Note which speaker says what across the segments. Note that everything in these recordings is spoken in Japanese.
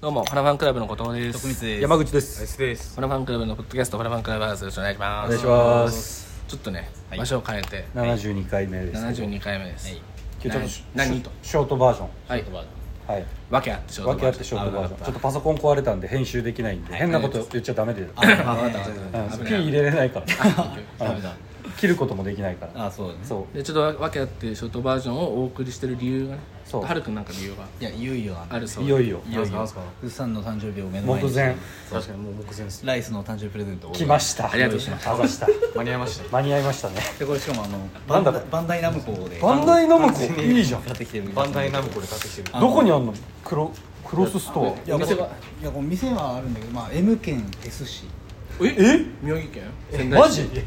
Speaker 1: どうも、花ファンクラブの後藤です。
Speaker 2: 徳光です
Speaker 3: 山口です。
Speaker 2: S です
Speaker 1: 花ファンクラブのポッドキャスト、花ファンクラブハウスよろしくお願いします。
Speaker 3: お願いします。
Speaker 1: す。ちょっとね、
Speaker 2: はい
Speaker 1: 場所を変えて、
Speaker 3: 72回目です。
Speaker 1: 七十二回目です。
Speaker 2: はい
Speaker 3: 今日ちょっと
Speaker 1: ショ何と
Speaker 3: ショートバージョン。
Speaker 1: はい。
Speaker 3: はい。
Speaker 1: わけあってショート
Speaker 3: わ
Speaker 1: バージョン
Speaker 3: けあってショートバージョン。ちょっとパソコン壊れたんで編集できないんで、変なこと言っちゃダメで。うん
Speaker 2: あ分かった分か
Speaker 3: ス
Speaker 2: っ
Speaker 3: ピー入れれないから。
Speaker 2: たダメだ
Speaker 3: 切ることもできないから。
Speaker 2: あそうだね
Speaker 3: そう。
Speaker 1: で、ちょっとわけあってショートバージョンをお送りしてる理由がね、
Speaker 3: そう
Speaker 1: はるくんなんか理由が
Speaker 2: いやいよいよあ
Speaker 1: あるそう
Speaker 3: い
Speaker 1: で
Speaker 3: よいよ。
Speaker 2: いよいよ
Speaker 4: なんすか
Speaker 2: ふっさんの誕生日を目の前
Speaker 3: 目
Speaker 2: にして
Speaker 3: 前。
Speaker 4: 確かにもう目前です
Speaker 2: ライスの誕生日プレゼントを
Speaker 3: 来ました。
Speaker 1: ありがとうございます
Speaker 3: あざした。
Speaker 4: 間に合いました
Speaker 3: 間に合いましたね。
Speaker 2: でこれしかもあの
Speaker 3: なんだ
Speaker 2: バンダバンダイナムコで
Speaker 3: バンダイナムコいいじゃん。
Speaker 2: 買ってきてる
Speaker 4: バンダイナムコで買ってきてる
Speaker 2: あの
Speaker 3: どこにあんの？クロクロススト
Speaker 2: いや
Speaker 1: お店
Speaker 2: 店
Speaker 1: が
Speaker 2: がいやこう店はあるんだけどまあ M 県 S 市
Speaker 1: え宮城県仙
Speaker 3: ア。
Speaker 1: 台
Speaker 3: マ
Speaker 1: 市
Speaker 3: ジ？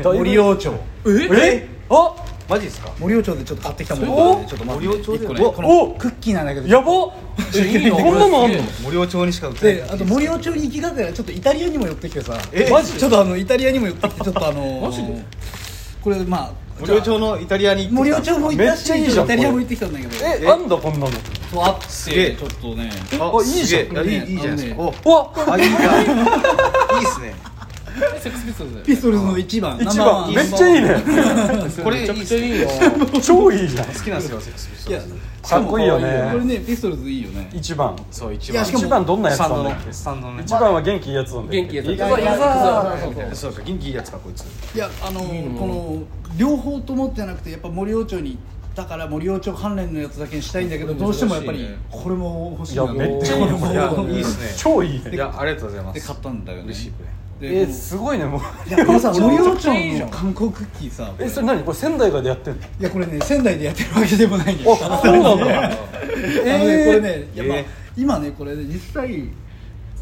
Speaker 2: 森尾町
Speaker 1: え
Speaker 3: え？あ、
Speaker 4: マジですか
Speaker 2: 森尾町でちょっと買ってきたものがあるんでちょっと待って
Speaker 4: 森尾町で
Speaker 2: 一個
Speaker 4: うわ
Speaker 2: ねこの
Speaker 3: お
Speaker 2: クッキーなんだけど
Speaker 3: やば。こ
Speaker 1: えいいの
Speaker 3: んなのあんの？
Speaker 4: 森尾町にしか売って
Speaker 2: で
Speaker 4: ない
Speaker 2: あと森尾町に行きがけたらちょっとイタリアにも寄ってきてさ
Speaker 4: え
Speaker 2: マジちょっとあのイタリアにも寄ってきてちょっとあの
Speaker 1: マジで
Speaker 2: これまあ
Speaker 4: 森尾町のイタリアに行ってきた
Speaker 2: 森尾町も行った
Speaker 3: めっちゃいい
Speaker 2: し
Speaker 3: じゃん
Speaker 2: イタリアも行ってきたんだけど
Speaker 3: え、あんだこんなの。
Speaker 2: そうあっ
Speaker 4: すげえ
Speaker 2: てちょっとね
Speaker 3: あいいじゃん
Speaker 4: すげえいいいいじゃないですか
Speaker 2: あの
Speaker 4: お
Speaker 3: わ、
Speaker 4: あいいかいいっすね
Speaker 1: セックスピストルズ
Speaker 2: ピストルズの1番
Speaker 3: 一
Speaker 2: ナンバーワ
Speaker 3: 番
Speaker 2: ン
Speaker 3: めっちゃいいね。
Speaker 1: これめちゃくちゃいいよ。
Speaker 3: 超いいじゃん。
Speaker 4: 好きなんですよセックスピスト
Speaker 2: いや
Speaker 4: ルズ
Speaker 3: かっこいいよね
Speaker 2: これねピストルズいいよね
Speaker 3: 一番。
Speaker 4: そう一
Speaker 2: いや
Speaker 4: 番
Speaker 2: しかも
Speaker 3: 一番どんなやつ
Speaker 4: スタン
Speaker 3: な
Speaker 4: ド
Speaker 3: んだっけ
Speaker 4: の？スタンドのね
Speaker 3: 一番は元気いいやつなんだっけ
Speaker 1: 元気いいやつ
Speaker 3: いや
Speaker 1: そうそ
Speaker 3: つ
Speaker 1: うそう
Speaker 4: そうか元気いいやつかこいつ
Speaker 2: いやあのこの両方ともってなくてやっぱ森尾町に行ったから森尾町関連のやつだけにしたいんだけどどうしてもやっぱ
Speaker 1: 珍し
Speaker 2: り
Speaker 1: いね
Speaker 2: これも欲しい
Speaker 3: いやめっちゃいいよ
Speaker 2: こ
Speaker 4: い
Speaker 2: れ
Speaker 4: や
Speaker 2: も
Speaker 4: いいっすね
Speaker 3: 超いい
Speaker 4: い
Speaker 3: ね
Speaker 4: やありがとうございま
Speaker 2: です買ったんだよね
Speaker 4: 嬉しいこれ
Speaker 3: え
Speaker 2: で
Speaker 3: ーすごいねもう
Speaker 2: いや このさ
Speaker 1: め
Speaker 2: 森
Speaker 1: ちゃ
Speaker 2: 尾
Speaker 1: くち
Speaker 2: 町
Speaker 1: ゃいいじゃん
Speaker 2: の観光クッキーさ
Speaker 3: えそれ何これ仙台がでやってんの
Speaker 2: いやこれね仙台でやってるわけでもないんだよ
Speaker 3: あそうなん だ
Speaker 2: あのねこれね、やっぱ、
Speaker 4: えー
Speaker 2: 今ねこれね実際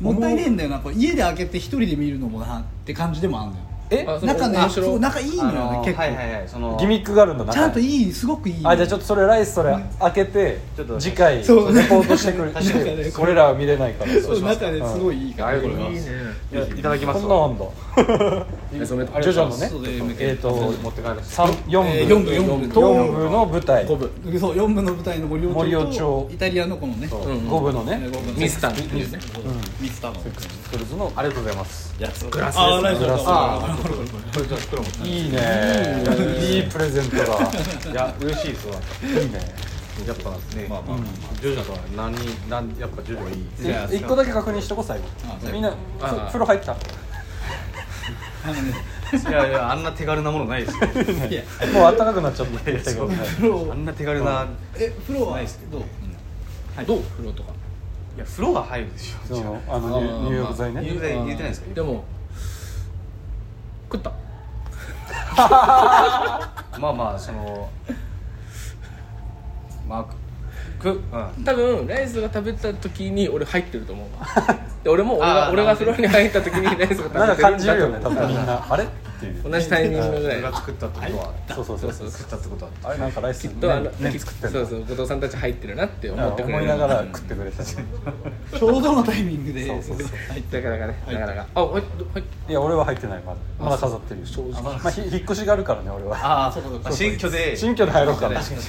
Speaker 2: もったいねえんだよなこれ家で開けて一人で見るのもなって感じでもあるんだよ
Speaker 3: え
Speaker 1: あそう
Speaker 2: 中ね
Speaker 1: 面白い
Speaker 2: そう中いいのよね
Speaker 4: あ
Speaker 2: 結構、
Speaker 4: はいはいはいその
Speaker 3: ギミックがあるんだな
Speaker 2: ちゃんといいすごくいい
Speaker 3: あじゃあちょっとそれライスそれ開けて
Speaker 4: ちょっと
Speaker 3: 次回レポ
Speaker 2: そう
Speaker 3: ートしてくる
Speaker 2: 確か に
Speaker 3: 俺らは見れないから
Speaker 2: そ
Speaker 3: こ
Speaker 2: う中ねすごいいい
Speaker 4: いや
Speaker 2: か
Speaker 4: あ
Speaker 2: ら
Speaker 4: りがとうございますいやいただきます
Speaker 3: んな
Speaker 4: わ
Speaker 3: んだ
Speaker 1: えそれ
Speaker 3: ジョジョの
Speaker 2: そう
Speaker 3: ね
Speaker 2: で向け
Speaker 3: えっと
Speaker 4: 持って帰る
Speaker 3: 三
Speaker 2: えー
Speaker 3: 四
Speaker 2: 四
Speaker 3: 部
Speaker 2: 部四部
Speaker 3: 四部の舞台
Speaker 1: 五部。
Speaker 2: そう4部の舞台の森
Speaker 3: 森
Speaker 2: 尾
Speaker 3: 尾
Speaker 2: 町と
Speaker 3: 町
Speaker 2: イタリアのこのね
Speaker 4: そう
Speaker 1: うん
Speaker 3: 五部のね
Speaker 2: 五部の
Speaker 1: ミスターっていうね。
Speaker 2: ミスターの
Speaker 3: それぞの
Speaker 4: ありがとうございます
Speaker 2: やつ
Speaker 1: グラスです
Speaker 2: あーライフ
Speaker 3: グラス
Speaker 4: ああこれじゃあ袋も
Speaker 3: いいねいいプレゼントだ
Speaker 4: いや嬉しいですわ
Speaker 3: いいね
Speaker 4: やっぱね、まあまあ、ジョジョとは何人、なん、やっぱジョジョはいい。
Speaker 2: じゃあ
Speaker 3: 一個だけ確認しとこう最後
Speaker 2: あ最後
Speaker 3: みんな
Speaker 1: あ
Speaker 3: ふ風呂入ったも
Speaker 2: あのね
Speaker 4: いやいや、あんな手軽なものないですよ。
Speaker 3: う暖かくなっちゃったけどね
Speaker 2: 風呂
Speaker 4: あんな手軽な、
Speaker 2: え風呂はどう
Speaker 1: どう風呂とか。
Speaker 4: いや、風呂が入るでしょ。
Speaker 3: そのあ
Speaker 1: あ
Speaker 3: の入入浴剤
Speaker 1: まあ
Speaker 3: ね
Speaker 4: 入浴剤入れてないですか
Speaker 1: でも食った
Speaker 4: まあまあ、その。まあ、く、うん。
Speaker 1: 多分ライスが食べた時に俺入ってると 思うわで俺も俺
Speaker 4: あ
Speaker 1: が
Speaker 4: ー
Speaker 1: 俺が風呂に入った時にライス
Speaker 3: なん
Speaker 1: が食べ
Speaker 3: か
Speaker 1: て
Speaker 3: 感
Speaker 1: るん
Speaker 3: じる
Speaker 1: だと思
Speaker 3: よね
Speaker 1: う
Speaker 3: 多分みんなあれっていう
Speaker 1: 同じタイミングぐら
Speaker 4: 俺
Speaker 1: い
Speaker 4: が作ったってことは、
Speaker 3: そうそうそうそ
Speaker 1: そううそう
Speaker 4: 作ったってことは。
Speaker 3: あれなんかライ
Speaker 1: き
Speaker 3: ス
Speaker 1: っとあの
Speaker 3: ねね作ってん
Speaker 1: そう
Speaker 3: の
Speaker 1: そう後藤さんたち入ってるなって思ってくれる
Speaker 3: 思いながら食ってくれた
Speaker 2: ちょうどのタイミングで
Speaker 3: そうそう
Speaker 2: 入って
Speaker 1: なかなかねなかなかあはいはい
Speaker 3: いや俺は入ってないまだまだ飾ってるよ
Speaker 1: 正直
Speaker 3: あまあひ引っ越しがあるからね俺は
Speaker 4: ああ、そうか、そうか。新居で。
Speaker 3: 新居で入ろうかな
Speaker 4: 確に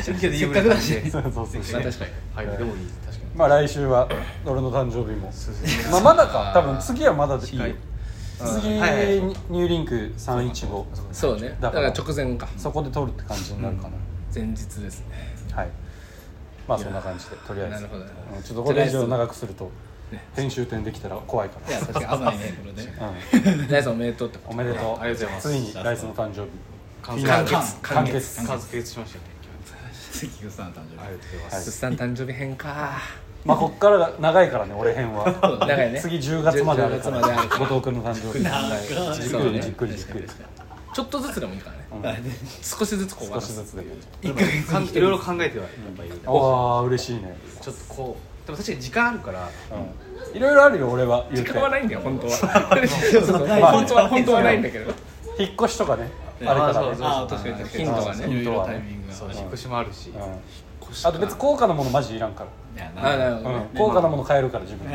Speaker 4: 新居で
Speaker 2: せっかくだし
Speaker 3: そうそう
Speaker 1: ま
Speaker 3: そう
Speaker 1: あ確かに
Speaker 4: はい、でもいい、確かに。
Speaker 3: まあ来週は俺の誕生日もまあまだか多分次はまだでいいよ
Speaker 4: 近い
Speaker 3: 次
Speaker 4: うんはいはい
Speaker 3: ニューリンク315
Speaker 1: そうねだ
Speaker 3: だ
Speaker 1: か
Speaker 3: からら
Speaker 1: 直前か
Speaker 3: そこで撮るって感じになるかな
Speaker 1: 前日です ね
Speaker 3: はいまあそんな感じでとりあえず
Speaker 1: なるほどね
Speaker 3: うんちょっとこれ以上長くすると編集点できたら怖いか
Speaker 2: いや確かに危ないねこれ ね
Speaker 3: ら、うん、
Speaker 1: ライスおめでとうってこ
Speaker 3: おめでとう
Speaker 4: ありがとうございます
Speaker 3: ついにライスの誕生日
Speaker 4: 完
Speaker 3: 気
Speaker 4: 成
Speaker 3: に
Speaker 1: と
Speaker 3: な
Speaker 1: 完
Speaker 3: る
Speaker 1: 結
Speaker 3: 完結
Speaker 4: 完結しましたよね。
Speaker 2: 関口さんの誕生
Speaker 4: あ
Speaker 2: 日
Speaker 4: りがとうございます。
Speaker 3: はい
Speaker 1: すっさん誕生日編か
Speaker 3: まあこっから長いからね俺編は
Speaker 1: 長いね
Speaker 3: 次10月まである
Speaker 1: 10
Speaker 3: か
Speaker 1: 月まであ
Speaker 3: ら
Speaker 1: るから
Speaker 3: 後藤君の誕生日
Speaker 2: 長い
Speaker 3: じっくりじっくりじっくり
Speaker 1: ちょっとずつでもいいからね
Speaker 3: うん
Speaker 1: 少しずつこう
Speaker 3: 少しずつでもいい
Speaker 2: 1ヶ月
Speaker 4: かんいろいろ考えてはいるやっぱいる
Speaker 3: ああ嬉しいね、
Speaker 4: ちょっとこうでも確かに時間あるから
Speaker 3: うん、いろいろあるよ俺は言
Speaker 1: 時
Speaker 3: うて
Speaker 1: 間はないんだよ本当はそう そう
Speaker 2: ない
Speaker 1: 本当は本当はないんだけど
Speaker 3: 引っ越しとかねあれ
Speaker 4: あ
Speaker 3: か
Speaker 4: ーそ
Speaker 3: ら
Speaker 4: う
Speaker 3: ね
Speaker 4: そう
Speaker 2: ああ確かに確かに
Speaker 1: ヒントはね
Speaker 2: いろいろタイミングが
Speaker 4: そう引っ越しもあるし
Speaker 3: うんあと別に高価なものマジいらんから
Speaker 2: いや
Speaker 1: あ
Speaker 2: な
Speaker 1: なるほど
Speaker 3: う
Speaker 1: ね
Speaker 3: ん、高価なもの買えるから自分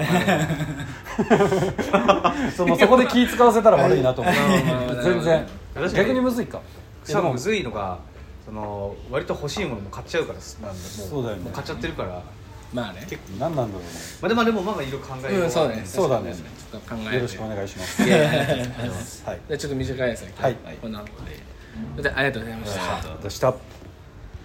Speaker 3: でそのそこで気使わせたら悪いなと思う
Speaker 1: はい
Speaker 3: 全然
Speaker 4: 確かに
Speaker 3: 逆にむずいか
Speaker 4: しかもむずいのがその割と欲しいものも買っちゃうからなんでも
Speaker 3: そうだよね
Speaker 4: もう買っちゃってるから
Speaker 1: まあね
Speaker 4: 結
Speaker 3: 何なんだろうね
Speaker 4: まあでもまあでもまだいろいろ考えよ
Speaker 1: うんそうね
Speaker 3: そうだね
Speaker 1: ちょっと考えて
Speaker 3: よろしくお願いします
Speaker 1: いやいやいや
Speaker 3: はい
Speaker 1: じゃあちょっと短いですね今日
Speaker 3: はい
Speaker 1: こんなとこで、でありがとうございました、
Speaker 3: でした